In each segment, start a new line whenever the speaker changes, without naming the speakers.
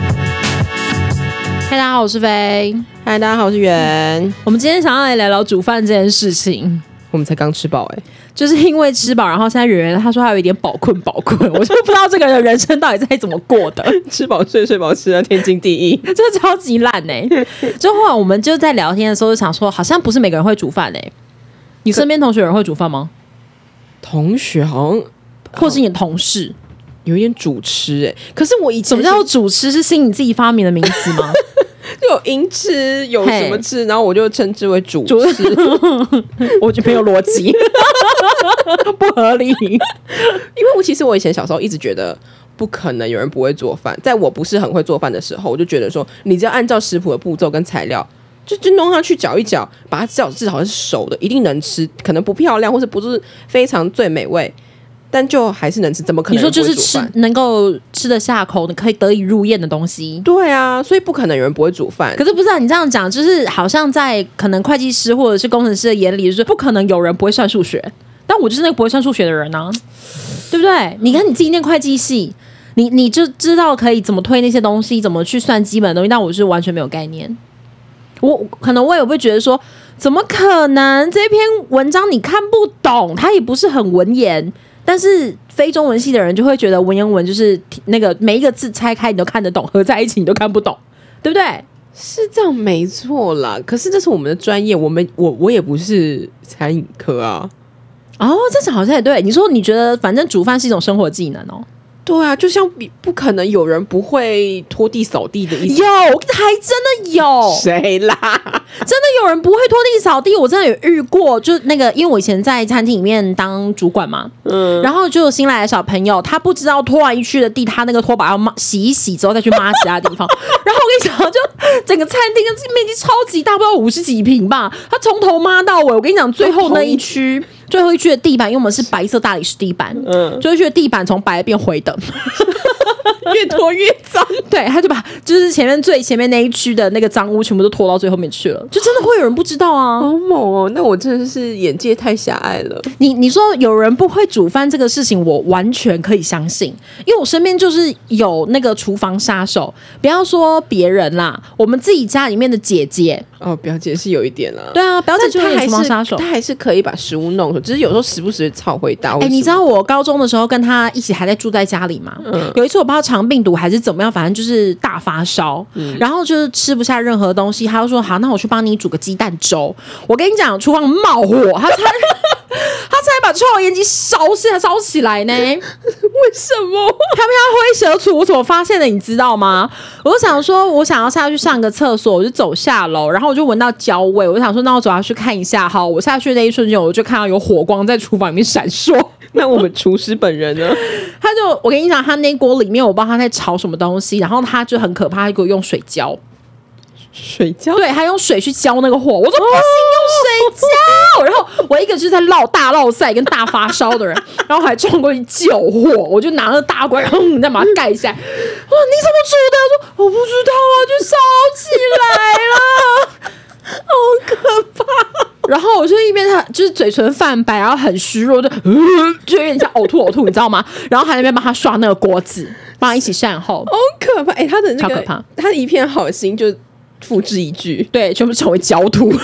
嗨，大家好，我是飞。
嗨，大家好，我是袁。
我们今天想要来聊聊煮饭这件事情，
我们才刚吃饱哎、
就是因为吃饱，然后现在圆圆她说她有一点饱困饱困，我就不知道这个人的人生到底在怎么过的，
吃饱睡，睡饱吃啊，天经地义。
真的超级烂哎、就后来我们就在聊天的时候就想说，好像不是每个人会煮饭哎、你身边同学有人会煮饭吗？
同学好像
或是你的同事？
有一点主吃哎、可是我以
什
前
么叫主吃？是新你自己发明的名词吗？
是有音吃，有
嘿
什么吃，然后我就称之为主
主
吃。
我觉得没有逻辑， 不合理。
因为我其实我以前小时候一直觉得不可能有人不会做饭，在我不是很会做饭的时候，我就觉得说，你只要按照食谱的步骤跟材料。就就弄上去搅一搅，把它搅至少是熟的，一定能吃。可能不漂亮，或是不是非常最美味，但就还是能吃。怎么可能
你说就
人
是
不会煮
吃
饭
能够吃得下口，你可以得以入宴的东西。
对啊，所以不可能有人不会煮饭。
可是不是、啊、你这样讲，就是好像在可能会计师或者是工程师的眼里，就是不可能有人不会算数学。但我就是那个不会算数学的人啊，对不对？你看你自己念会计系，你你就知道可以怎么推那些东西，怎么去算基本的东西，但我是完全没有概念。我可能我也会觉得说，怎么可能这篇文章你看不懂？它也不是很文言，但是非中文系的人就会觉得文言文就是那个每一个字拆开你都看得懂，合在一起你都看不懂，对不对？
是这样没错啦，可是这是我们的专业，我们我我也不是餐饮科啊。
哦，这讲好像也对。你说你觉得反正煮饭是一种生活技能哦？
对啊，就像比不可能有人不会拖地扫地的意思。
有，还真的有，
谁 啦？
真的有人不会拖地扫地，我真的有遇过。就是那个，因为我以前在餐厅里面当主管嘛，
嗯，
然后就有新来的小朋友，他不知道拖完一区的地，他那个拖把要抹洗一洗之后再去抹其他地 方。然后我跟你讲，就整个餐厅面积超级大，不知道五十几平吧，他从头抹到尾。我跟你讲，最后那一区，最后一区的地板，因为我们是白色大理石地板，
嗯
最后一区的地板从白变灰的。
越拖越脏。
对，他就把就是前面最前面那一区的那个脏污全部都拖到最后面去了，就真的会有人不知道啊。
好猛哦！那我真的是眼界太狭隘了。
你你说有人不会煮饭这个事情，我完全可以相信，因为我身边就是有那个厨房杀手。不要说别人啦，我们自己家里面的姐姐，
哦，表姐是有一点啦、
对啊，表姐
但
就
她
有
还
厨房杀
是
手
她。还是可以把食物弄熟，只是有时候时不时炒回大。
哎、你知道我高中的时候嗯跟她一起还在住在家里吗？有一次我不知道肠病毒还是怎么样，反正就是大发烧，然后就是吃不下任何东西，她就说好，那我去帮你煮个鸡蛋粥。我跟你讲，厨房冒火，她 才她才把抽油烟机烧起来烧起来呢。
为什么？
他们要挥蛇处所发现的，你知道吗？我就想说，我想要下去上个厕所，我就走下楼，然后我就闻到焦味，我就想说，那我走下去看一下。好，我下去那一瞬间，我就看到有火光在厨房里面闪烁。
那我们厨师本人呢？
他就，我跟你讲，他那锅里面，我不知道他在炒什么东西，然后他就很可怕，他给我用水浇，
水饺
对他用水去浇那个火，我说不行，用水浇。然后我一个就是在落大落赛跟大发烧的人，然后还冲过去救火，我就拿那个大锅，然后你再把它盖起来。我说你怎么煮的？我说我不知道啊，就烧起来了，好可怕。然后我就一边他就是嘴唇泛白，然后很虚弱，就、呃、就有点像呕吐呕吐，你知道吗？然后还在那边帮他刷那个锅子，帮他一起善后。
好可怕！哎、他的那
超可
个
怕，
他的一片好心就付之一炬。
对，全部成为焦土。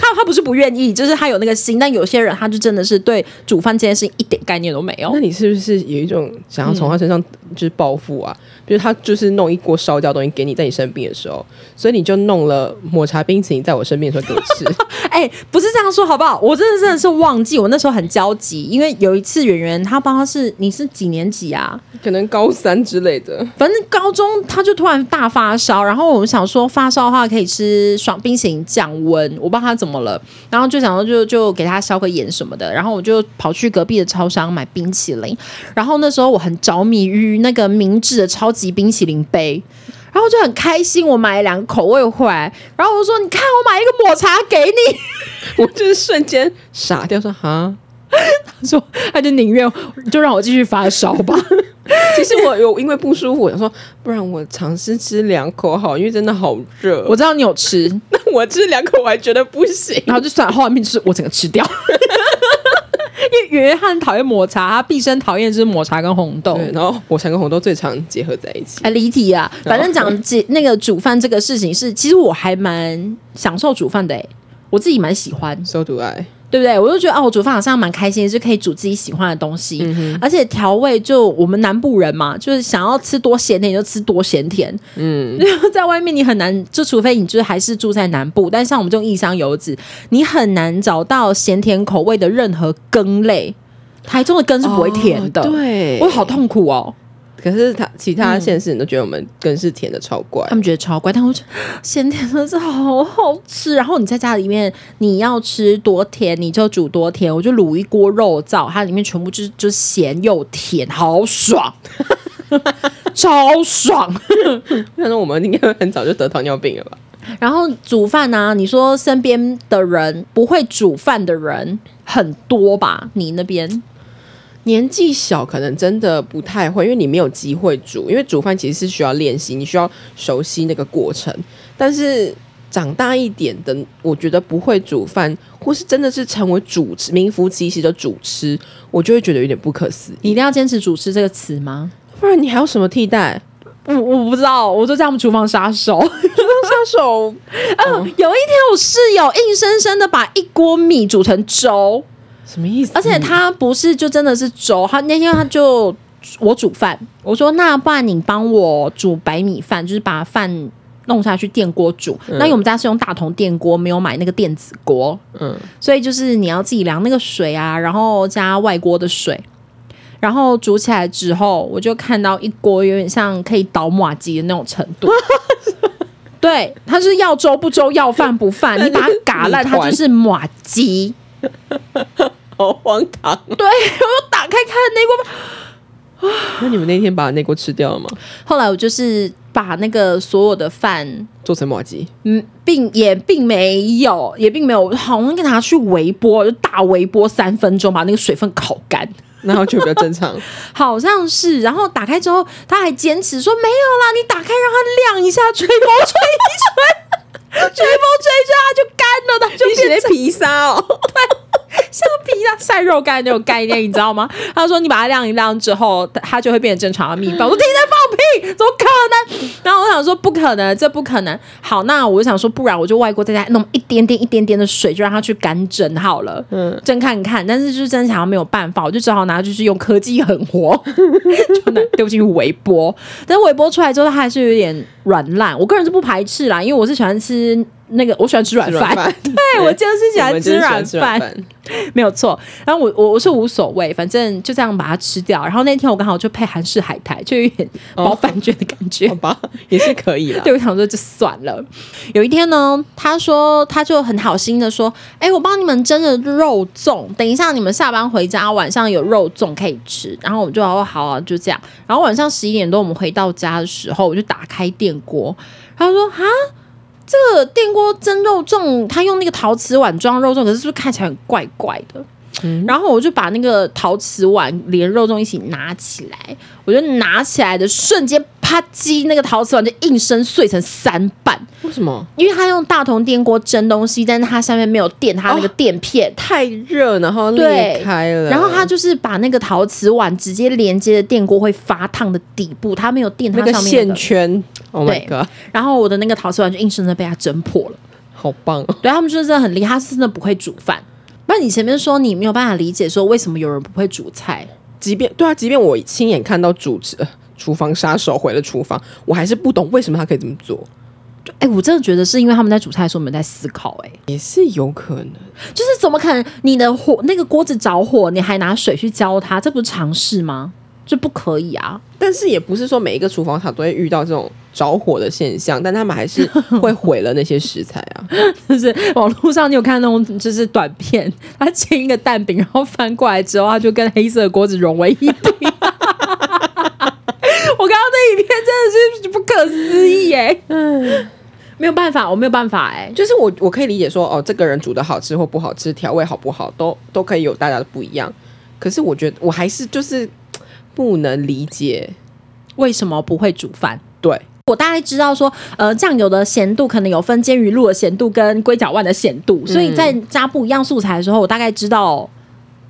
他他不是不愿意，就是他有那个心，但有些人他就真的是对煮饭这件事一点概念都没有
那。你是不是有一种想要从他身
嗯
上就是报复啊？比如他就是弄一锅烧焦的东西给你，在你生病的时候，所以你就弄了抹茶冰淇淋，在我生病的时候给我 吃。
哎、不是这样说好不好？我真的真的是忘记，我那时候很焦急，因为有一次圆圆她帮他是你是几年级啊？
可能高三之类的，
反正高中他就突然大发烧，然后我们想说发烧的话可以吃爽冰淇淋降温，我不知道他怎么了，然后就想说就就给他消个炎什么的，然后我就跑去隔壁的超商买冰淇淋，然后那时候我很着迷于那个明治的超级冰淇淋杯。然后我就很开心，我买了两个口味回来，然后我就说：“你看，我买一个抹茶给你。”
我就是瞬间傻掉说哈，
他说他就宁愿就让我继续发烧吧。
其实我有因为不舒服，我想说，不然我尝试吃两口好，因为真的好热。
我知道你有吃，
那我吃两口我还觉得不行，
然后就算后面就是我整个吃掉。 因为约翰讨厌抹茶，他毕生讨厌就是抹茶跟红豆。
对，然后我才跟红豆最常结合在一起。
哎，离题啊！反正讲解那个煮饭这个事情是，其实我还蛮享受煮饭的、欸，我自己蛮喜欢，
So do I。
对不对？我就觉得哦，我煮饭好像蛮开心的，就可以煮自己喜欢的东西，
嗯
而且调味就我们南部人嘛，就是想要吃多咸甜就吃多咸甜，嗯，因 为在外面你很难，就除非你就是还是住在南部，但像我们这种异乡游子，你很难找到咸甜口味的任何羹类。台中的羹是不会甜的，
哦对
我好痛苦哦。
可是他其他县市人都觉得我们更是甜的超怪
他，们觉得超怪，但我觉得咸甜真的是好好吃。然后你在家里面，你要吃多甜你就煮多甜，我就卤一锅肉燥，它里面全部就是就是咸又甜，好爽， 超爽。
我想说我们应该很早就得糖尿病了吧？
然后煮饭呢、啊，你说身边的人不会煮饭的人很多吧？你那边
年纪小可能真的不太会，因为你没有机会煮，因为煮饭其实是需要练习，你需要熟悉那个过程。但是长大一点的，我觉得不会煮饭，或是真的是成为主持名副其实的主吃，我就会觉得有点不可 思议。
你一定要坚持主持这个词吗？
不然你还有什么替代？
我我不知道，我就叫他们厨房杀 手。
杀手
嗯，哦有一天我室友硬生生的把一锅米煮成粥。
什么意思？
而且他不是就真的是粥，他那天他就我煮饭，我说那不然你帮我煮白米饭，就是把饭弄下去电锅煮。那因为我们家是用大同电锅，没有买那个电子锅，
嗯，
所以就是你要自己量那个水啊，然后加外锅的水。然后煮起来之后，我就看到一锅有点像可以倒马鸡的那种程 度。对，它是要粥不粥，要饭不 饭，你把它嘎烂，它就是马鸡。
好荒唐！啊
对，我打开看那锅饭，
那你们那天把那锅吃掉了吗？
后来我就是把那个所有的饭，
做成马鸡？
嗯，并也并没有，也并没有，好像拿去微波，就大微波三分钟，把那个水分烤干。
然后就比较正 常。
好像是，然后打开之后，他还坚持说没有啦，你打开让它晾一下，吹风吹一吹，吹风吹吹它就干了，它就变成
皮沙哦，
像皮啊晒肉干那种概念，你知道吗？他说你把它晾一晾之后，它就会变成正常的蜜蜂。我说你在放屁，怎么可能？然后我想说不可能，这不可能。好，那我就想说，不然我就外锅再加弄一点点一点点的水，就让它去干蒸好了。嗯，蒸看看。但是就是真的想要没有办法，我就只好拿就是用科技狠活，就拿丢进去微波。但是微波出来之后，它还是有点软烂。我个人是不排斥啦，因为我是喜欢吃那个，我喜欢吃软
吃
饭
软。饭。
对，我就是喜
我
欢
们真
吃
的喜
软
欢吃
饭
软。饭。
没有错。然后我我我是无所谓，反正就这样把它吃掉。然后那天我刚好就配韩式海苔，就有点
哦
包饭卷的感觉。
好吧，也是可以啦。
对，我想说就算了。有一天呢，他说他就很好心的说：“哎、我帮你们蒸了肉粽，等一下你们下班回家晚上有肉粽可以吃。”然后我们就说：“好啊，就这样。”然后晚上十一点多我们回到家的时候，我就打开电锅，他说：“哈。”这个电锅蒸肉粽，他用那个陶瓷碗装肉粽，可是是不是看起来很怪怪的？然后我就把那个陶瓷碗连肉粽一起拿起来，我就拿起来的瞬间，啪叽，那个陶瓷碗就应声碎成三半，
为什么？
因为它用大同电锅蒸东西，但是它下面没有垫它那个垫片。
太热，然后
对
哦裂开了，
然后它就是把那个陶瓷碗直接连接的电锅会发烫的底部，它没有垫它
那个
上面
线
的。
圈，Oh
对
my god，
然后我的那个陶瓷碗就硬生生被它蒸破了。
好棒哦！
对他们就是真的很厉害，他是真的不会煮饭。那你前面说你没有办法理解说为什么有人不会煮菜，
即便对啊，即便我亲眼看到主持呃厨房杀手回了厨房，我还是不懂为什么他可以这么做，
哎、我真的觉得是因为他们在煮菜的时候没有在思考、哎，
也是有可能。
就是怎么可能你的火那个锅子着火，你还拿水去浇它，这不是尝试吗？这不可以啊！
但是也不是说每一个厨房他都会遇到这种着火的现象，但他们还是会毁了那些食材啊。
就是网络上你有看那种就是短片，他煎一个蛋饼，然后翻过来之后，它就跟黑色的锅子融为一体。 我刚刚那一片真的是不可思议耶、没有办法，我没有办法哎、
就是我我可以理解说，哦，这个人煮的好吃或不好吃，调味好不好，都都可以有大家的不一样。可是我觉得我还是就是不能理解，
为什么不会煮饭？
对，
我大概知道说，呃，酱油的咸度可能有分煎鱼露的咸度跟龟甲万的咸度，
嗯
所以在加不一样素材的时候，我大概知道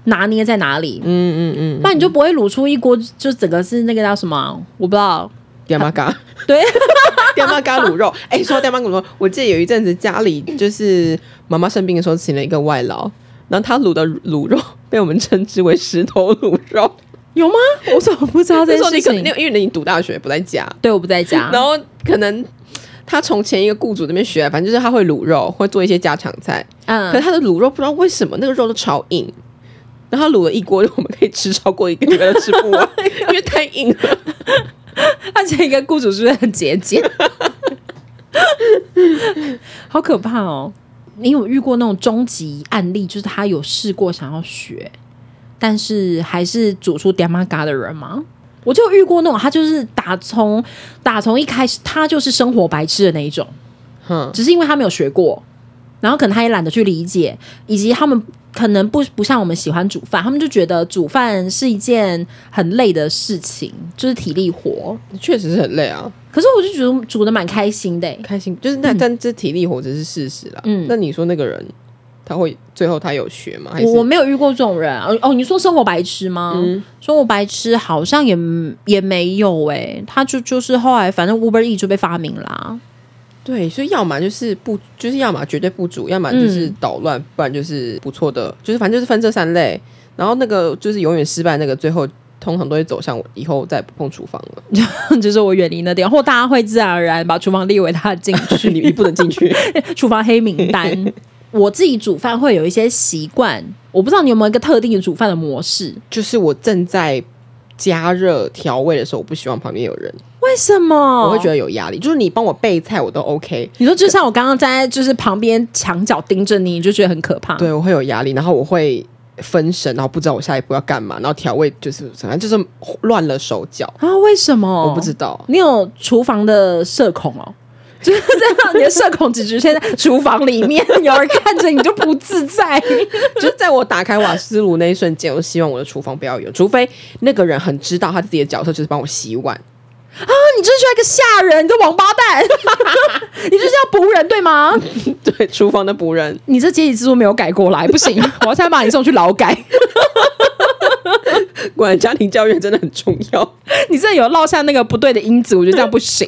拿捏在哪里。
嗯嗯嗯，
不然你就不会卤出一锅，就整个是那个叫什么啊、我不知 道。
亚麻嘎，
对，
亚麻嘎卤肉。哎、说到亚麻嘎卤肉，我记得有一阵子家里就是妈妈生病的时候，请了一个外劳，然后他卤的卤肉被我们称之为石头卤肉。
有吗？我怎么不知道这
那时候
件
你
事
可能
情？
因为你读大学不在家，
对，我不 在家。
然后可能他从前一个雇主那边学啊来，反正就是他会卤肉，会做一些家常菜。可
嗯，
是他的卤肉不知道为什么那个肉都超硬，然后他卤了一锅，我们可以吃超过一个礼拜都吃不 完，因为太硬了。
而且一个雇主是不是很节俭？ 好可怕哦！你有遇过那种终极案例，就是他有试过想要学，但是还是煮出点玛嘎的人吗？我就遇过那种，他就是打从打从一开始，他就是生活白痴的那一种。
哼，
只是因为他没有学过，然后可能他也懒得去理解，以及他们可能不不像我们喜欢煮饭，他们就觉得煮饭是一件很累的事情，就是体力活。
确实是很累啊，
可是我就觉得煮的蛮开心的欸、
开心就是那、但这体力活只是事实啦。
嗯
那你说那个人他会最后他有学吗？还是
我我没有遇过这种人哦哦，你说生活白痴吗？生活白痴好像也也没有哎、他就就是后来反正 Uber E 就被发明啦、
对，所以要么就是不，就是要么绝对不煮，要么就是捣乱，不然就是不错的，就是反正就是分这三类。然后那个就是永远失败那个，最后通常都会走向我以后再也不碰厨房了。
就是我远离那点，或大家会自然而然把厨房列为他的禁 区，
你你不能进去，
厨房黑名 单。我自己煮饭会有一些习惯，我不知道你有没有一个特定的煮饭的模式？
就是我正在加热调味的时候，我不希望旁边有人，
为什么？
我会觉
得，
得有压力。就是你帮我备菜，我都 OK，
你说就像我刚刚站在就是旁边墙角盯着你，你就觉得很可怕。，
对我会有压力，然后我会分神，然后不知道我下一步要干嘛，然后调味就是反正就是乱了手脚，
啊，为什么？
我不知。道。
你有厨房的社恐哦， 就是这样，你的社恐只局限在厨房里面，有人看着你就不自在。
就是在我打开瓦斯炉那一瞬间，我希望我的厨房不要有，除非那个人很知道他自己的角色就是帮我洗碗。
你就是需要一个吓人，你这王八蛋， 你就是要仆人对吗？
对，厨房的仆人，
你这阶级制度没有改过来，不 行，我要先把你送去劳改。
果然家庭教育真的很重要。
你真的有落下那个不对的因子，我觉得这样不行。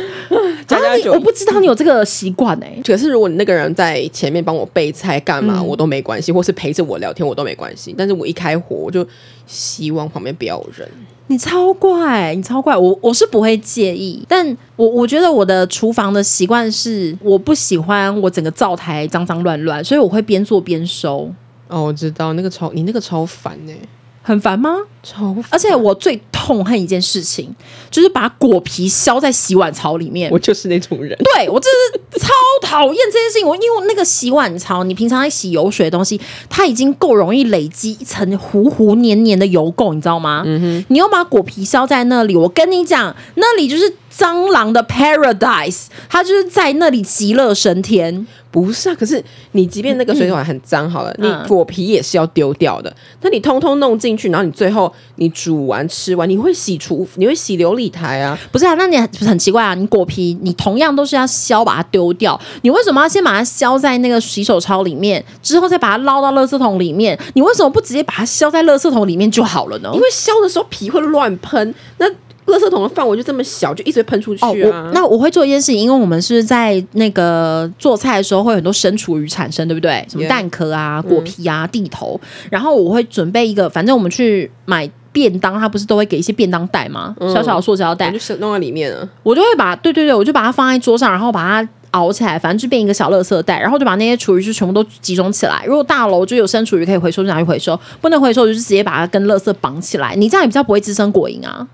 家家
啊你
酒
啊我不知道你有这个习惯哎。
可是如果你那个人在前面帮我备菜干嘛，我都没关系，或是陪着我聊天，我都没关系。但是我一开火，我就希望旁边不要有人。
你超怪，你超怪，我我是不会介意，但我我觉得我的厨房的习惯是，我不喜欢我整个灶台脏脏乱乱，所以我会边做边收，
哦，我知道那个超你那个超烦呢、
很烦吗？
超烦
而且我最痛恨一件事情，就是把果皮削在洗碗槽里面。
我就是那种人。
对我真是超讨厌这件事情。我因为那个洗碗槽，你平常在洗油水的东西，它已经够容易累积一层糊糊黏黏的油垢，你知道吗？你又把果皮削在那里，我跟你讲，那里就是蟑螂的 paradise，它就是在那里极乐升天。
不是啊，可是你即便那个水管很脏好了，
嗯
你果皮也是要丢掉的。那你通通弄进去，然后你最后你煮完吃完，你会洗厨，你会洗琉璃台啊？
不是啊，那你很很奇怪啊，你果皮你同样都是要削把它丢掉，你为什么要先把它削在那个洗手槽里面，之后再把它捞到垃圾桶里面？你为什么不直接把它削在垃圾桶里面就好了呢？
因为削的时候皮会乱喷，那垃圾桶的范围就这么小，就一直会喷出去
哦，
啊
我。那我会做一件事情，因为我们是在那个做菜的时候会有很多生厨余产生，对不对？什么
Yeah
蛋壳啊、果皮
嗯
啊、地头，然后我会准备一个，反正我们去买便当，它不是都会给一些便当袋吗？
嗯
小小的塑胶袋
我就，是弄在里面啊，
我就会把，对对对，我就把它放在桌上，然后把它。熬起来，反正就变一个小垃圾袋，然后就把那些厨余就全部都集中起来。如果大楼就有生厨余可以回收，就拿去回收；不能回收，就是直接把它跟垃圾绑起来。你这样也比较不会滋生果蝇啊，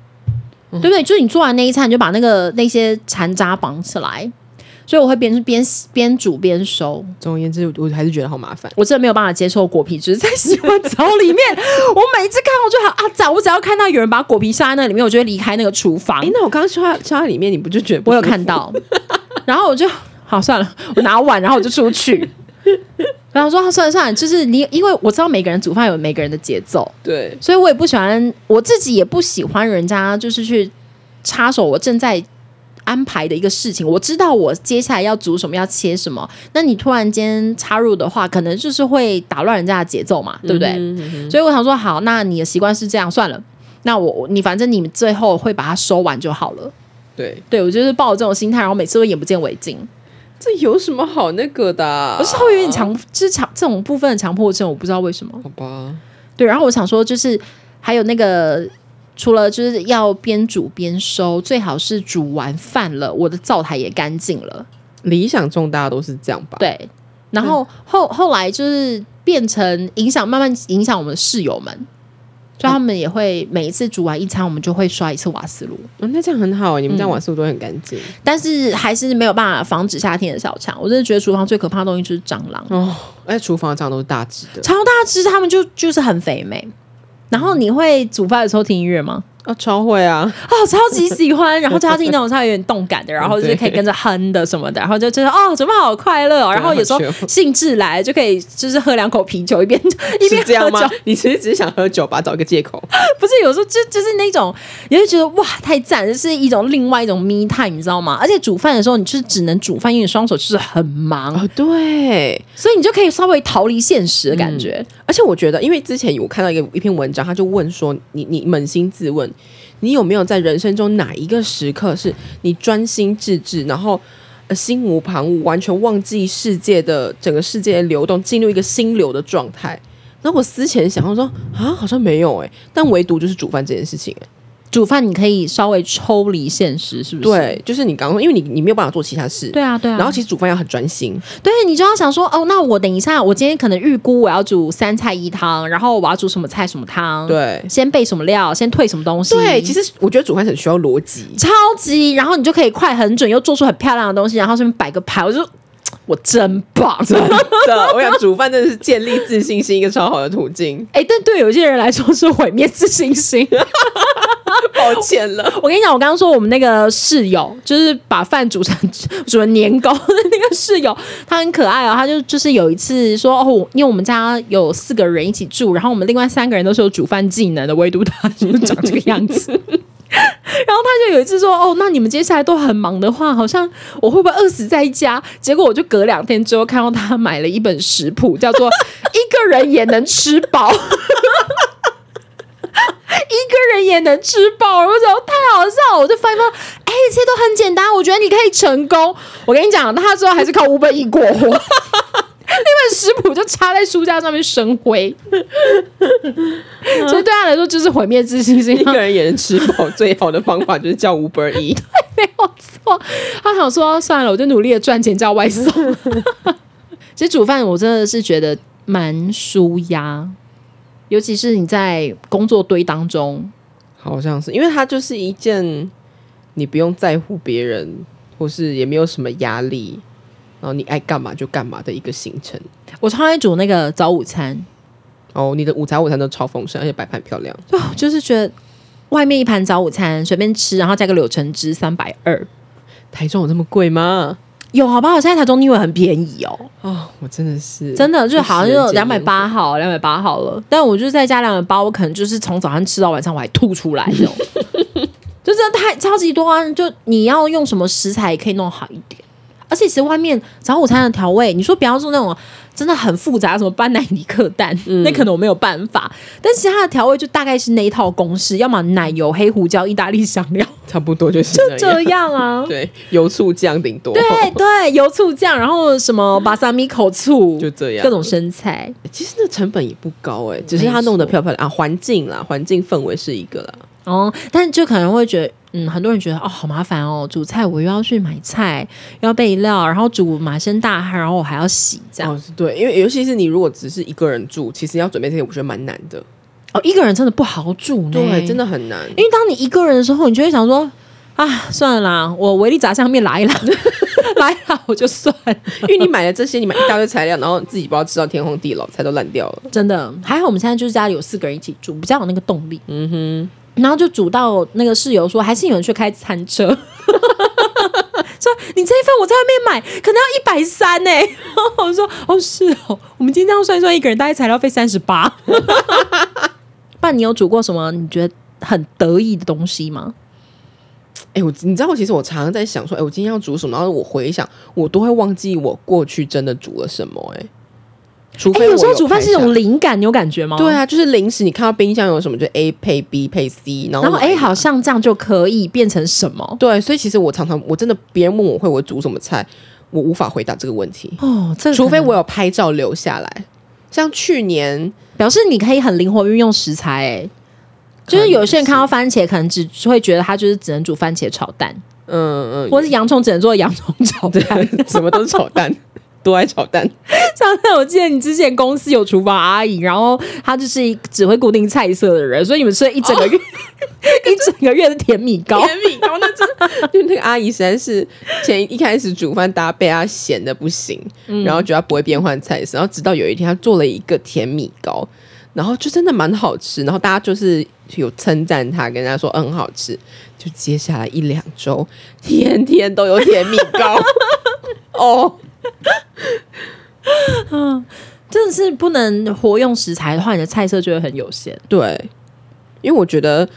对不对？就是你做完那一餐，你就把那个那些残渣绑起来。所以我会边边边煮边收，
总而言之，我我还是觉得好麻烦。
我真的没有办法接受果皮只是在洗碗槽里面。我每一次看到就很啊，咋？我只要看到有人把果皮下在那里面，我就会离开那个厨房
哎、。那我刚刚削在削在里面，你不就觉得不
我有
舒服
看？到，然后我就好算了，我拿碗，然后我就出去。然后说啊算了算了，就是你，因为我知道每个人煮饭有每个人的节奏，
对，
所以我也不喜欢，我自己也不喜欢人家就是去插手我正在安排的一个事情。我知道我接下来要煮什么，要切什么，那你突然间插入的话，可能就是会打乱人家的节奏嘛，对不对？
嗯
所以我想说，好，那你的习惯是这样，算了，那我我你反正你们最后会把它收完就好了。
对，
对我就是抱着这种心态，然后每次都眼不见为净。
这有什么好那个的啊、
我是会有点强，就是强这种部分的强迫症，我不知道为什么。
好吧？
对，然后我想说，就是还有那个，除了就是要边煮边收，最好是煮完饭了，我的灶台也干净了。
理想中大家都是这样吧？，
对，然后后后来就是变成影响，慢慢影响我们的室友们，就他们也会每一次煮完一餐，我们就会刷一次瓦斯炉，
嗯、那这样很好、你们这样玩是不是都很干净？
但是还是没有办法防止夏天的小强。我真的觉得厨房最可怕的东西就是蟑螂。
哦，而且厨房这样都是大只的，
超大只，他们就就是很肥美。然后你会煮饭的时候听音乐吗？
啊，超会 啊！
哦，超级喜欢。然后就要听那种稍微有点动感 的，然后就是可以跟着哼的什么的，然后就觉得哦，怎么好快乐、哦。然后有时候
好 chill
兴致来就可以就是喝两口啤酒，一边一边
是这样
喝
吗
酒。？
你其实只是想喝酒吧，找一个借口。
不是有时候 就就是那种，你会觉得哇太赞，就是一种另外一种 me time，你知道吗？而且煮饭的时候，你就是只能煮饭，因为你双手就是很忙，
哦，对，
所以你就可以稍微逃离现实的感觉。
而且我觉得，因为之前我看到一个一篇文章，他就问说，你你扪心自问，你有没有在人生中哪一个时刻是你专心致志，然后呃心无旁骛，完全忘记世界的整个世界的流动，进入一个心流的状态？然后我思前想，我说啊，好像没有哎、但唯独就是煮饭这件事情、欸，
煮饭你可以稍微抽离现实，是不是？
对，就是你刚刚，因为你你没有办法做其他事，
对啊，对啊。
然后其实煮饭要很专心，
对你就要想说，哦，那我等一下，我今天可能预估我要煮三菜一汤，然后我要煮什么菜什么汤，，
对
先备什么料，先退什么东西，
对，其实我觉得煮饭很需要逻辑，
超级，然后你就可以快很准，又做出很漂亮的东西，然后上面摆个牌，我就我真棒。
的，我想煮饭真的是建立自信心一个超好的途 径。
哎，但对有些人来说是毁灭自信心。
抱歉了，
我跟你讲，我刚刚说我们那个室友，就是把饭煮成煮成年糕 的那个室友，他很可爱哦。他就就是有一次说，哦，我因为我们家有四个人一起住，然后我们另外三个人都是有煮饭技能的，唯独他就是长这个样子。然后他就有一次说：“哦，那你们接下来都很忙的话，好像我会不会饿死在家？”结果我就隔两天之后看到他买了一本食谱，叫做《一个人也能吃饱》。 一个人也能吃饱，我想太好笑了，我就翻一翻，哎、这些都很简单，我觉得你可以成功。我跟你讲，他之后还是靠五本一过活，那 本食谱就插在书架上面生灰， 所以对他来说就是毁灭自信心。
一个人也能吃饱，最好的方法就是叫 Uber E。
没有错。他想说算了，我就努力的赚钱叫外送。 其实煮饭我真的是觉得蛮舒压，尤其是你在工作堆当中，
好像是，因为它就是一件你不用在乎别人，或是也没有什么压力，然后你爱干嘛就干嘛的一个行程。
我超爱煮那个早午餐，
哦，你的午餐午餐都超丰盛，而且摆盘漂亮。
对，我哦就是觉得。外面一盘早午餐随便吃，然后加个柳橙汁，三百二，
台中有这么贵吗？
有好不好？现在台中你以为很便宜哦，
哦，我真的是
真的就好像就两百
见
八好，两百八好了。但我就是再加两百八，我可能就是从早上吃到晚上，我还吐出来 那种。就真的太超级多啊！就你要用什么食材也可以弄好一点。而且其实外面早午餐的调味，你说不要做那种真的很复杂，什么班奈尼克蛋，
嗯
那可能我没有办法。但其他的调味就大概是那一套公式，要么奶油、黑胡椒、意大利香料，
差不多就是
就
这
这样啊。
对，油醋酱顶多
对对，油醋酱，然后什么巴萨米口醋，
就这样
各种生菜。
其实那成本也不高哎、只是它弄得漂漂亮啊，环境啦，环境氛围是一个啦。
哦，但就可能会觉得，嗯，很多人觉得哦，好麻烦哦，煮菜我又要去买菜，又要备料，然后煮满身大汗，然后我还要洗，这样
哦，是对，因为尤其是你如果只是一个人住，其实要准备这些，我觉得蛮难的。
哦，一个人真的不好煮呢，
对，真，的很难。
因为当你一个人的时候，你就会想说，啊，算了啦，我维力炸酱面 来啦，来啦，我就算了，
因为你买了这些，你买一大堆材料，然后自己不知道吃到天荒地老，菜都烂掉了。
真的还好，我们现在就是家里有四个人一起住，比较有那个动力，
嗯哼，
然后 就煮到那个室友说，还是有人去开餐车。说你这一份我在外面买可能要一百三呢。然后 我说哦是哦，我们今天这样算一算，一个人大概材料费三十八。 爸，你有煮过什么你觉得很得意的东西吗？
哎、我你知道，其实我常常在想说，哎、我今天要煮什么？然后我回想，我都会忘记我过去真的煮了什么、哎，除
哎、
非我
有时候煮饭
拍
是一
下
种哦灵感，你有感觉吗？
对。啊，就是零食，你看到冰箱有什么，就 A 配 B 配 C，然后
然后
哪
哎、
一个
好像这样就可以变成什么？
对，所以其实我常常我真的别人问我会我煮什么菜，我无法回答这个问题，
哦，这个
除非
可能
我有拍照留下来。像去年
表示你可以很灵活运用食材、哎，就是有些人看到番茄，可能只会觉得它就是只能煮番茄炒蛋，
嗯嗯，
或是洋葱只能做洋葱炒蛋。
什么都是炒蛋，都爱炒蛋。
上次我记得你之前公司有厨房阿姨，然后她就是一只会固定菜色的人，所以你们吃了一整个月、 一整个月的甜米糕。
甜米糕，那真就那个阿姨实在是前一开始煮饭，大家被她咸的不行，然后觉得她不会变换菜色，然后直到有一天她做了一个甜米糕，然后就真的蛮好吃，然后大家就是有称赞她，跟她说嗯很好吃，就接下来一两周天天都有甜米糕，哦，
真的是不能活用食材的话，你的菜色就会很有限。
对，因为我觉得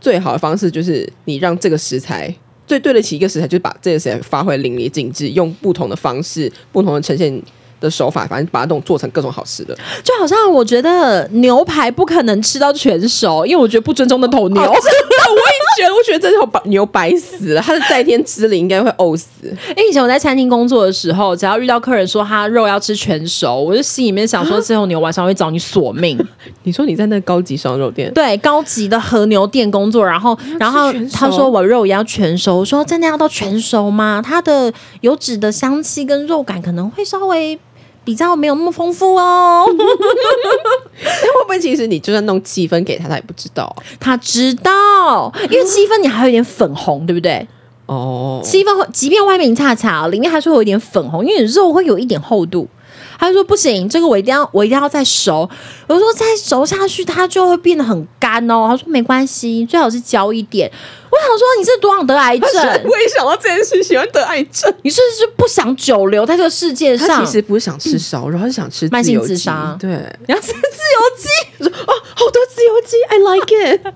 最好的方式就是你让这个食材最对得起一个食材，就是把这个食材发挥淋漓尽致，用不同的方式、不同的呈现的手法，反正把它弄做成各种好吃 的。
就好像我觉得牛排不可能吃到全熟，因为我觉得不尊重那头牛。
哦真的，我也觉得，我觉得这头白牛白死了，它的在天之灵应该会呕死。
因为以前我在餐厅工作的时候，只要遇到客人说他肉要吃全熟，我就心里面想说，这头牛晚上会找你索命。
你说你在那高级烧肉店，
对，高级的和牛店工作，然后然后
全熟
他说我肉也要全熟，我说真的要到全熟吗？它的油脂的香气跟肉感可能会稍微。比较没有那么丰富哦，
但会不会其实你就算弄气氛给他，他也不知道啊、
他知道，因为气氛你还有一点粉红，对不对？
哦，
七分，即便外面已经恰恰，里面还是会有一点粉红，因为肉会有一点厚度。他就说不行，这个我一定要，我一定要再熟。我说再熟下去，它就会变得很干哦。他说没关系，最好是焦一点。我想说 你是啊多想得癌症，
我也想到这件事，喜欢得癌症。
你是不是不想久留在这个世界
他
上？
其实不是想吃烧肉，他是想吃
啊嗯慢
自
性
由
自
基
杀
对，
你要吃自由基，
说啊，好多自由基，I like it。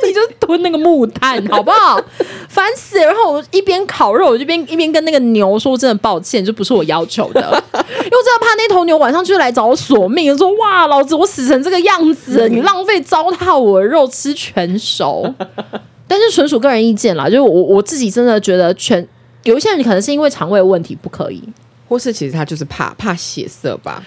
你就吞那个木炭，好不好？烦死了！然后我一边烤肉，我就边一边跟那个牛说：“真的抱歉，这不是我要求的，因为我真的怕那头牛晚上就来找我索命，说哇，老子我死成这个样子了，你浪费糟蹋我的肉吃全熟。”但是纯属个人意见啦，就是我我自己真的觉得全有一些人可能是因为肠胃问题不可以，
或是其实他就是怕怕血色吧，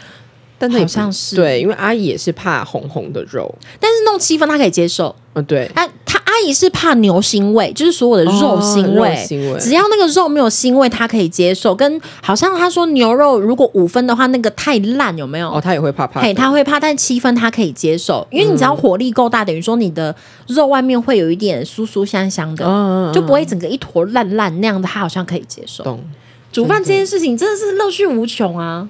但他也不
好像是
对，因为阿姨也是怕红红的肉，
但是弄七分他可以接受。
嗯，对，
啊，他阿姨是怕牛腥味，就是所有的肉腥
哦
味，
肉腥味
只要那个肉没有腥味，他可以接受。跟好像他说牛肉如果五分的话，那个太烂，有没有？
哦，他也会怕怕的，
嘿，他会怕，但七分他可以接受，因为你只
嗯
要火力够大，等于说你的肉外面会有一点酥酥香香的，
嗯嗯嗯嗯
就不会整个一坨烂烂那样的，他好像可以接受。
懂，
煮饭这件事情真的是乐趣无穷啊！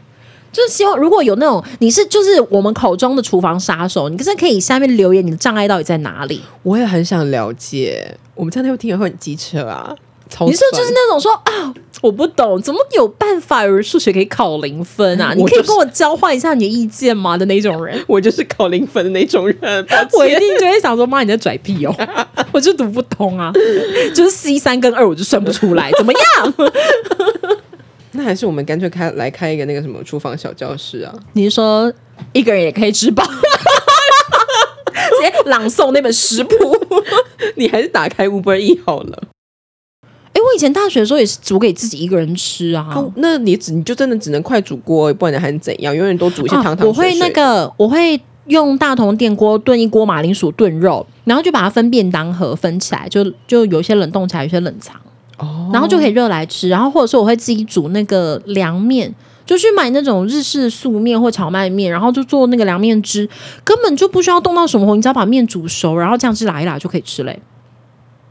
就是希望如果有那种你是就是我们口中的厨房杀手，你是可以下面留言你的障碍到底在哪里。
我也很想了解，我们这样会听友会很机车啊，超
你是不是
酸
就是那种说啊，我不懂，怎么有办法有人数学可以考零分 啊？你
我
可
就
以
是？
跟我交换一下你的意见吗的那种人
我就是考零分的那种人，抱
我一
歉
定就会想说，妈，你在拽屁 哦！我就读不通 啊，就是 C 三跟二我就算不出来，怎么 样？
那还是我们干脆开来开一个那个什么厨房小教室啊，
你是说一个人也可以吃 饱，直接朗诵那本食谱。
你还是打开 Uber E 好了，
哎、我以前大学的时候也是煮给自己一个人吃啊。
啊，那你只你就真的只能快煮锅，不然你还能怎样？永远都煮一些
啊
汤汤水水、
我会那个，我会用大同电锅炖一锅马铃薯炖肉，然后就把它分便当盒分起来，就就有一些冷冻起来，有些冷藏，
哦，
然后就可以热来吃。然后或者是我会自己煮那个凉面。就去买那种日式素面或荞麦面，然后就做那个凉面汁，根本就不需要动到什么火，你只要把面煮熟，然后酱汁拉一拉就可以吃嘞、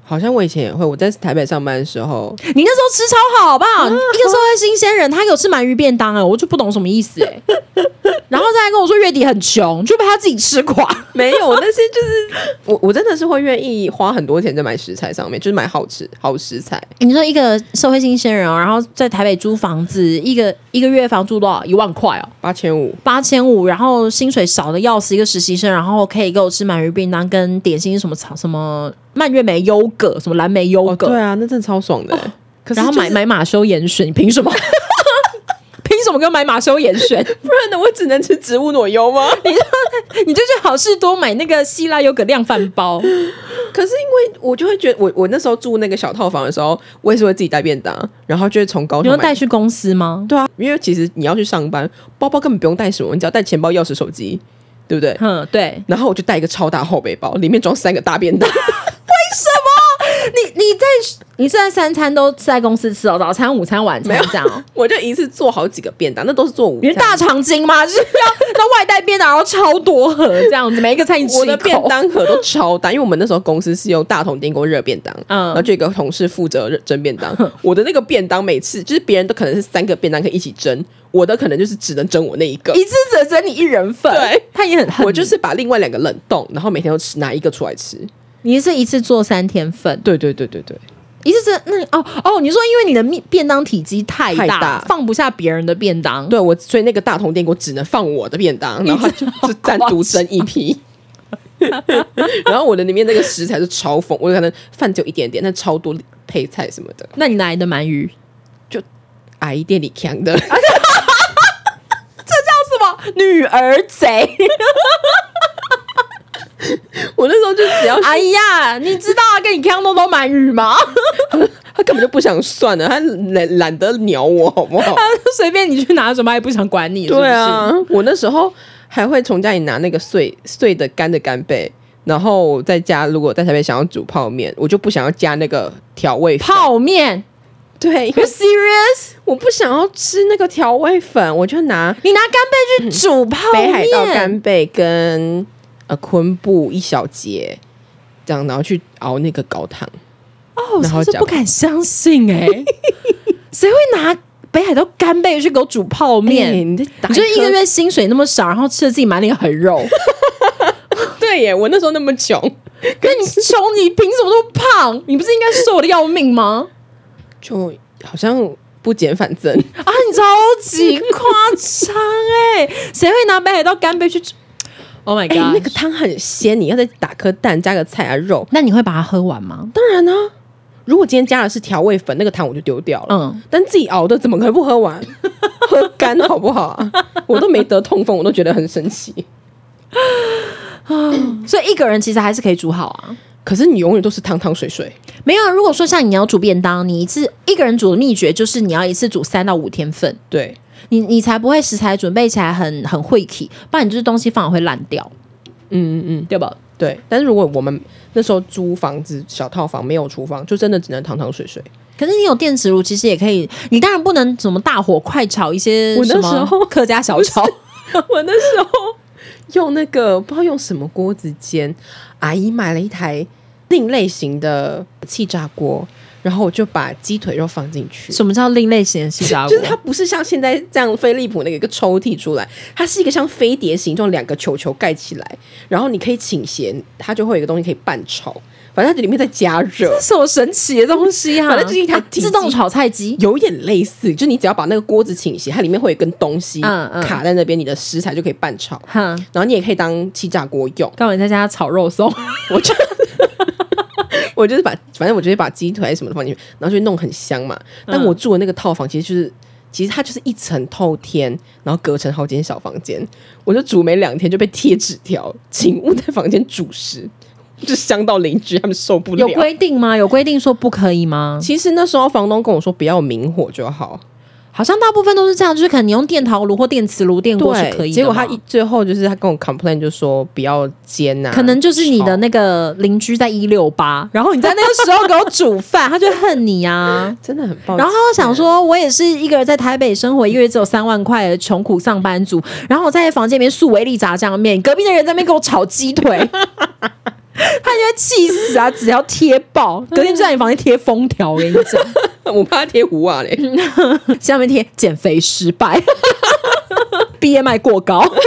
好像我以前也会，我在台北上班的时候，
你那时候吃超好，好不好？一个社会新鲜人，他给我吃鳗鱼便当、哎，我就不懂什么意思、哎。 然后再来跟我说月底很穷，就被他自己吃垮。
没有，那些就是我，我真的是会愿意花很多钱在买食材上面，就是买好吃好食材。
你说一个社会新鲜人哦，然后在台北租房子，一个一个月房租多少？一万块哦，
八千五，
八千五，然后薪水少的要死，一个实习生，然后可以给我吃鳗鱼便当跟点心，什么草什么蔓越莓优格，什么蓝莓优
哦，
格，
对啊，那真的超爽的、可是、
哦然后买，买马修严选，你凭什么？ 凭什么给我买马修严选？
不然呢，我只能吃植物奶油吗？
你就去好事多买那个希腊优格量饭包，
可是因为我就会觉得我，我那时候住那个小套房的时候，我也是会自己带便当，然后就会从高
你
雄
要
买
带。去公司吗？
对啊，因为其实你要去上班，包包根本不用带什么，你只要带钱包、钥匙、手机，对不对？
哼，对，
然后我就带一个超大后背包，里面装三个大便当。
你你在你是在三餐都是在公司吃哦，早餐、午餐、晚餐这样哦。
我就一次做好几个便当，那都是做午
你是
餐。
大肠经吗？就是要那外带便当，然后超多盒这样子，每一个餐你吃
我
一
的
口
便当盒都超大，因为我们那时候公司是用大桶电锅热便当，
嗯
然后就有一个同事负责热蒸便 当。我的那个便当每次就是别人都可能是三个便当可以一起蒸，我的可能就是只能蒸我那一个。
一次只整你一人份，
对，
他也很恨
我就
你
是把另外两个冷冻，然后每天都吃拿一个出来吃。
你是一次做三天份，
对对对对对，
一次这那哦哦，你说因为你的面便当体积太大，
太大
放不下别人的便当，
对我所以那个大桶电锅只能放我的便当，然后就就单独蒸一批。 然后我的里面那个食材是超丰，我可能饭只有一点点，但超多配菜什么的，
那你哪来的鳗鱼？
阿姨店里扛的。
什么女儿贼？
我那时候就只要
哎呀，你知道啊，跟你康东东鳗鱼吗？
他根本就不想算了，他懒懒得鸟我好不好？
随便你去拿什么，他也不想管你，是不
对
是？
啊，我那时候还会从家里拿那个碎碎的干的干贝，然后在家如果在台北想要煮泡面，我就不想要加那个调味粉。
泡 面
对，因
，You
为
serious？
我不想要吃那个调味粉，我就拿
你拿干贝去煮泡面，
北海道干贝跟呃昆布一小节，这样然后去熬那个高汤。
哦，我
然
真
后
的是
讲
不敢相信 哎、谁会拿北海道干贝去给我煮泡面？
哎你在打
你就一
颗
个月薪水那么少，然后吃的自己满脸横 肉，
对耶，我那时候那么穷。
那你穷，你凭什么都胖？你不是应该瘦的要命吗？
就好像不减反 增。
啊，你超级夸张哎！谁会拿北海道干贝去煮？Oh my
哎、
god！、
那个汤很鲜，你要再打颗蛋，加个菜啊肉。
那你会把它喝完吗？
当然呢、如果今天加的是调味粉，那个汤我就丢掉了。
嗯，
但自己熬的怎么可能不喝完？喝干好不好啊？我都没得痛风，我都觉得很神奇。
嗯所以一个人其实还是可以煮好啊。
可是你永远都是汤汤水水，
没有啊，如果说像你要煮便当，你一次一个人煮的秘诀就是你要一次煮三到五天份，
对，
你你才不会食材准备起来很很晦气，不然你就是东西放了会烂掉，
嗯嗯嗯，
对吧？
对。但是如果我们那时候租房子小套房没有厨房，就真的只能汤汤水水。
可是你有电磁炉，其实也可以。你当然不能什么大火快炒一些
我那
什么
时候
客家小炒，
我那时候 用那个不知道用什么锅子煎，阿姨买了一台另类型的气炸锅，然后我就把鸡腿肉放进去。
什么叫另类型的西炸锅？
就是它不是像现在这样飞利浦那个一个抽屉出来，它是一个像飞碟形状，两个球球盖起来，然后你可以倾斜，它就会有一个东西可以拌炒， 反正它里面在加热，
什么神奇的东 西啊！
反正就是一台体积
自动炒菜机，
有一点类似，就你只要把那个锅子倾斜，它里面会有一根东西
嗯嗯
卡在那边，你的食材就可以拌炒，
哈，
然后你也可以当气炸锅用。
刚好你在家炒肉松，
我就我就是把，反正我就是把鸡腿什么的放进去，然后就弄很香嘛。
嗯
但我住的那个套房其实就是，其实它就是一层透天，然后隔成好几间小房间。我就煮没两天就被贴纸条， 请勿在房间煮食，就香到邻居他们受不 了
有。规定吗？有规定说不可以吗？
其实那时候房东跟我说不要明火就好，
好像大部分都是这样，就是可能你用电陶炉或电磁炉电锅是可以的嘛。
结果他一最后就是他跟我 complain 就说不要煎啊呐、
可能就是你的
炒
那个邻居在一六八，然后你在那个时候给我煮饭，他就恨你啊。
真的很抱歉。
然后他想说，我也是一个人在台北生活，一个月只有三万块的穷苦上班族，然后我在房间里面素维力炸酱面，隔壁的人在那边给我炒鸡腿， 他就会气死啊！只要贴爆，隔天就在你房间贴封条，我跟你讲，
我怕他贴胡啊嘞，
下面贴减肥失败 ，BMI 过高。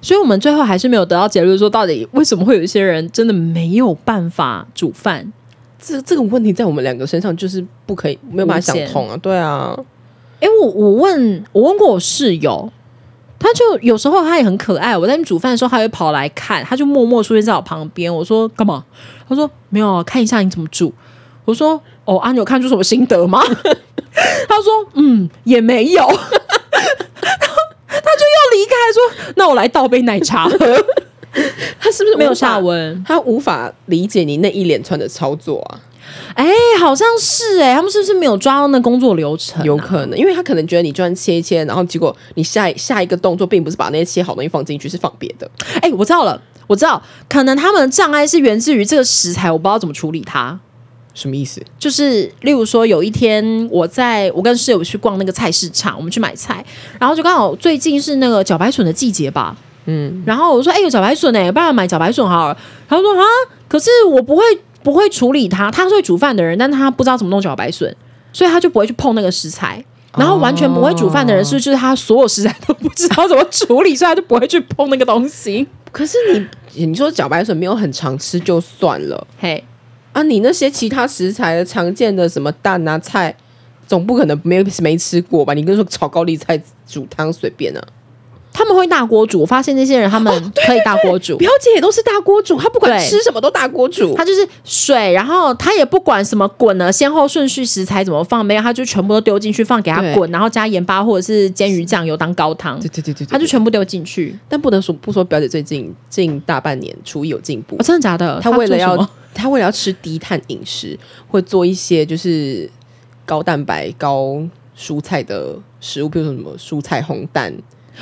所以我们最后还是没有得到结论，说到底为什么会有一些人真的没有办法煮饭？
这这个问题在我们两个身上就是不可以，没有办法
无解
想通啊。对啊，
哎、我我问我问过我室友，他就有时候他也很可爱。我在那边煮饭的时候，他会跑来看，他就默默出现在我旁边。我说干嘛？他说没有啊，看一下你怎么煮。我说哦啊，你有看出什么心得吗？ 他说嗯，也没有。 然后他就又离开，说那我来倒杯奶茶喝。
他是不是
没有
无法
下？文，
他无法理解你那一连串的操作啊，
哎、好像是哎、他们是不是没有抓到那工作流程、
有可能，因为他可能觉得你这样切一切，然后结果你下一下一个动作并不是把那些切好东西放进去，是放别的。
哎、我知道了，我知道，可能他们的障碍是源自于这个食材，我不知道怎么处理它。
什么意思？
就是例如说，有一天我在我跟室友去逛那个菜市场，我们去买菜，然后就刚好最近是那个茭白笋的季节吧，
嗯，
然后我说：“哎、有茭白笋哎、不然买茭白笋好了。”他说：“啊，可是我不会不会处理它，他是会煮饭的人，但他不知道怎么弄茭白笋，所以他就不会去碰那个食材。”然后完全不会煮饭的人，是不是就是他所有食材都不知道怎么处理，所以他就不会去碰那个东西？
可是你你说茭白笋没有很常吃就算了
嘿，
啊，你那些其他食材的常见的什么蛋啊菜，总不可能没没吃过吧？你跟说炒高丽菜煮汤随便啊，
他们会大锅煮，我发现那些人他们可以大锅煮，
表姐也都是大锅煮，她不管
对
吃什么都大锅煮
它。就是水，然后它也不管什么滚了先后顺序，食材怎么放，没有，它就全部都丢进去放给它
对
滚，然后加盐巴或者是煎鱼酱油当高汤，
对对对
它就全部丢进去。
但不能说不说表姐最近近大半年厨艺有进步
哦，，真的假的？
她为了
做什
要
么
她为了要吃低碳饮食，会做一些就是高蛋白高蔬菜的食物，比如说什么蔬菜红蛋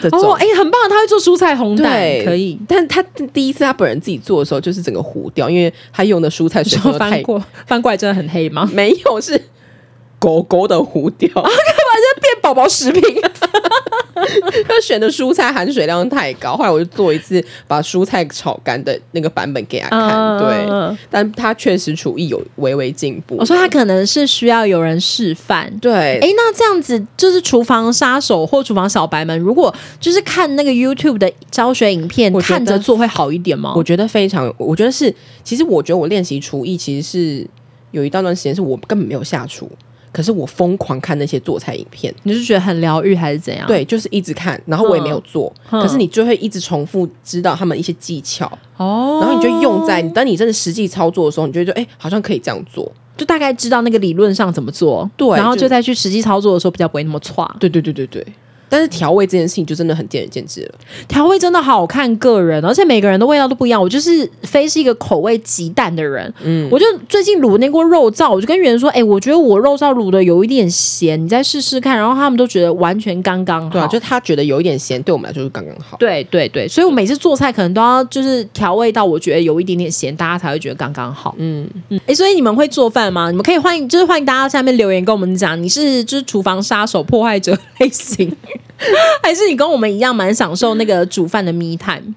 这种。
哦，哎、很棒，他会做蔬菜红蛋
对，，
可以。
但他第一次他本人自己做的时候，就是整个糊掉，因为他用的蔬菜水
就
分都
翻
太
过 翻过来真的很黑 吗？
没有是狗狗的 糊掉，
变宝宝食品，
他选的蔬菜含水量太高。后来我就做一次把蔬菜炒干的那个版本给他看，
嗯
对，但他确实厨艺有微微进步。
我说哦他可能是需要有人示范。
对，
哎，那这样子就是厨房杀手或厨房小白们，如果就是看那个 YouTube 的教学影片，
我觉得
看着做会好一点吗
我？觉得非常，我觉得是，其实我觉得我练习厨艺其实是有一大段时间是我根本没有下厨，可是我疯狂看那些做菜影片。
你是觉得很疗愈还是怎样？
对，就是一直看，然后我也没有做，
嗯
可是你就会一直重复知道他们一些技巧，
哦，
然后你就用在你当你真的实际操作的时候，你就会觉得哎、好像可以这样做。
就大概知道那个理论上怎么做，
对
然后
就
就再去实际操作的时候比较不会那么差。
对对对对对。但是调味这件事情就真的很见仁见智了。
调味真的好看个人，而且每个人的味道都不一样。我就是非是一个口味极淡的人，嗯，我就最近卤那锅肉燥，我就跟人说，哎、我觉得我肉燥卤的有一点咸，你再试试看。然后他们都觉得完全刚刚好，
对啊，就是他觉得有一点咸，对我们来说就是刚刚好。
对对对，所以我每次做菜可能都要就是调味到我觉得有一点点咸，大家才会觉得刚刚好。嗯嗯，哎、所以你们会做饭吗？你们可以欢迎，就是欢迎大家下面留言跟我们讲，你是就是厨房杀手破坏者类型， 还是你跟我们一样蛮享受那个煮饭的 me time？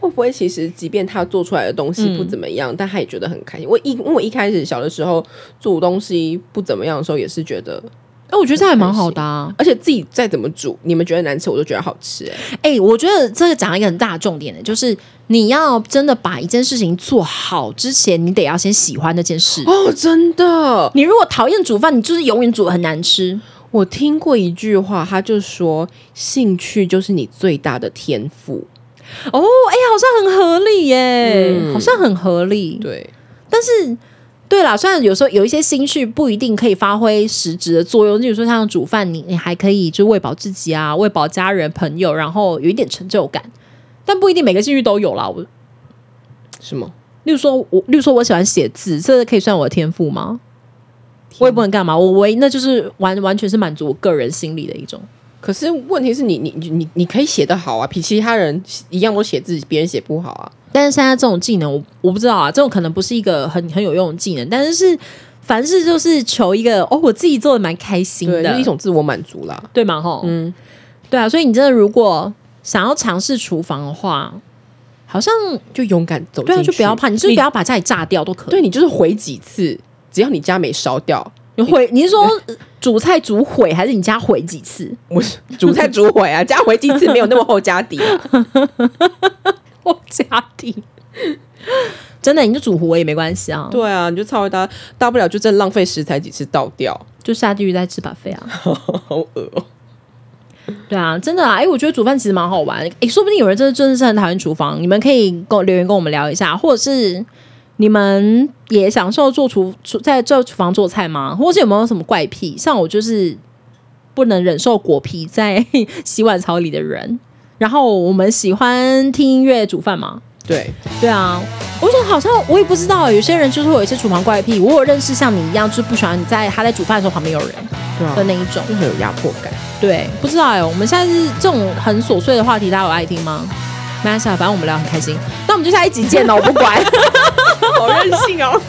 会不会其实即便他做出来的东西不怎么样，但他也觉得很开心？我一因为我一开始小的时候煮东西不怎么样的时候，也是觉得，
哎、我觉得这还蛮好的啊！
而且自己再怎么煮，你们觉得难吃，我都觉得好吃、哎
哎、我觉得这个讲一个很大的重点呢，就是你要真的把一件事情做好之前，你得要先喜欢那件事。
哦，真的，
你如果讨厌煮饭，你就是永远煮的很难吃。
我听过一句话，他就说：“兴趣就是你最大的天赋。
哦，哎、好像很合理耶，好像很合”理。
对，
但是，对啦，虽然有时候有一些兴趣不一定可以发挥实质的作用，例如说像煮饭，你你还可以就喂饱自己啊，喂饱家人朋友，然后有一点成就感，但不一定每个兴趣都有啦。我
什么？
例如说我，例如说我喜欢写字，这可以算我的天赋吗？我也不能干嘛，我唯那就是完完全是满足我个人心理的一种。
可是问题是你，你，你，你，你可以写得好啊，比其他人一样都写字，别人写不好啊。
但是现在这种技能，我我不知道啊，这种可能不是一个很很有用的技能，但是是凡事就是求一个哦，我自己做的蛮开心
对，就
的，
是一种自我满足啦。
对吗？吼，嗯，对啊，所以你真的如果想要尝试厨房的话，好像
就勇敢走进
对
去，
啊，就不要怕，你是不是不要把家里炸掉都可以。
对你就是回几次，只要你家没烧掉，
你毁，你是说呃 煮菜煮毁，还是你家毁几次？
我是煮菜煮毁啊，加回几次没有那么厚家底啊。
我家底。 真的，你就煮糊了也没关系啊，
对啊，你就超一大，大不了就真的浪费食材几次倒掉，
就下地狱再吃把费啊。
好恶哦、
对啊，真的啊，哎、我觉得煮饭其实蛮好玩，哎、说不定有人真的真的是很讨厌厨房，你们可以跟我留言跟我们聊一下，或者是你们也享受做厨厨在做厨房做菜吗？或者是有没有什么怪癖？像我就是不能忍受果皮在洗碗槽里的人。然后我们喜欢听音乐煮饭嘛，
对，
对啊，我觉得好像我也不知道，有些人就是会有一些厨房怪癖。我有认识像你一样，就是不喜欢你在他在煮饭的时候旁边有人
对啊
的那一种。
就很有压迫感。
对，不知道哎、我们现在是这种很琐碎的话题，大家有爱听吗？没关系啊，反正我们聊得很开心。那我们就下一集 见了，我 不管
好任性哦！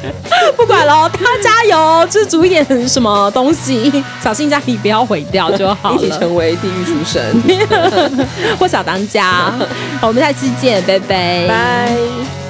不管喽，大家加油，就是煮一点什么东西， 小心家里不要毁掉就 好
一起
了，
成为地狱厨 神，
或小当家。好，我们下期见，拜拜，
拜。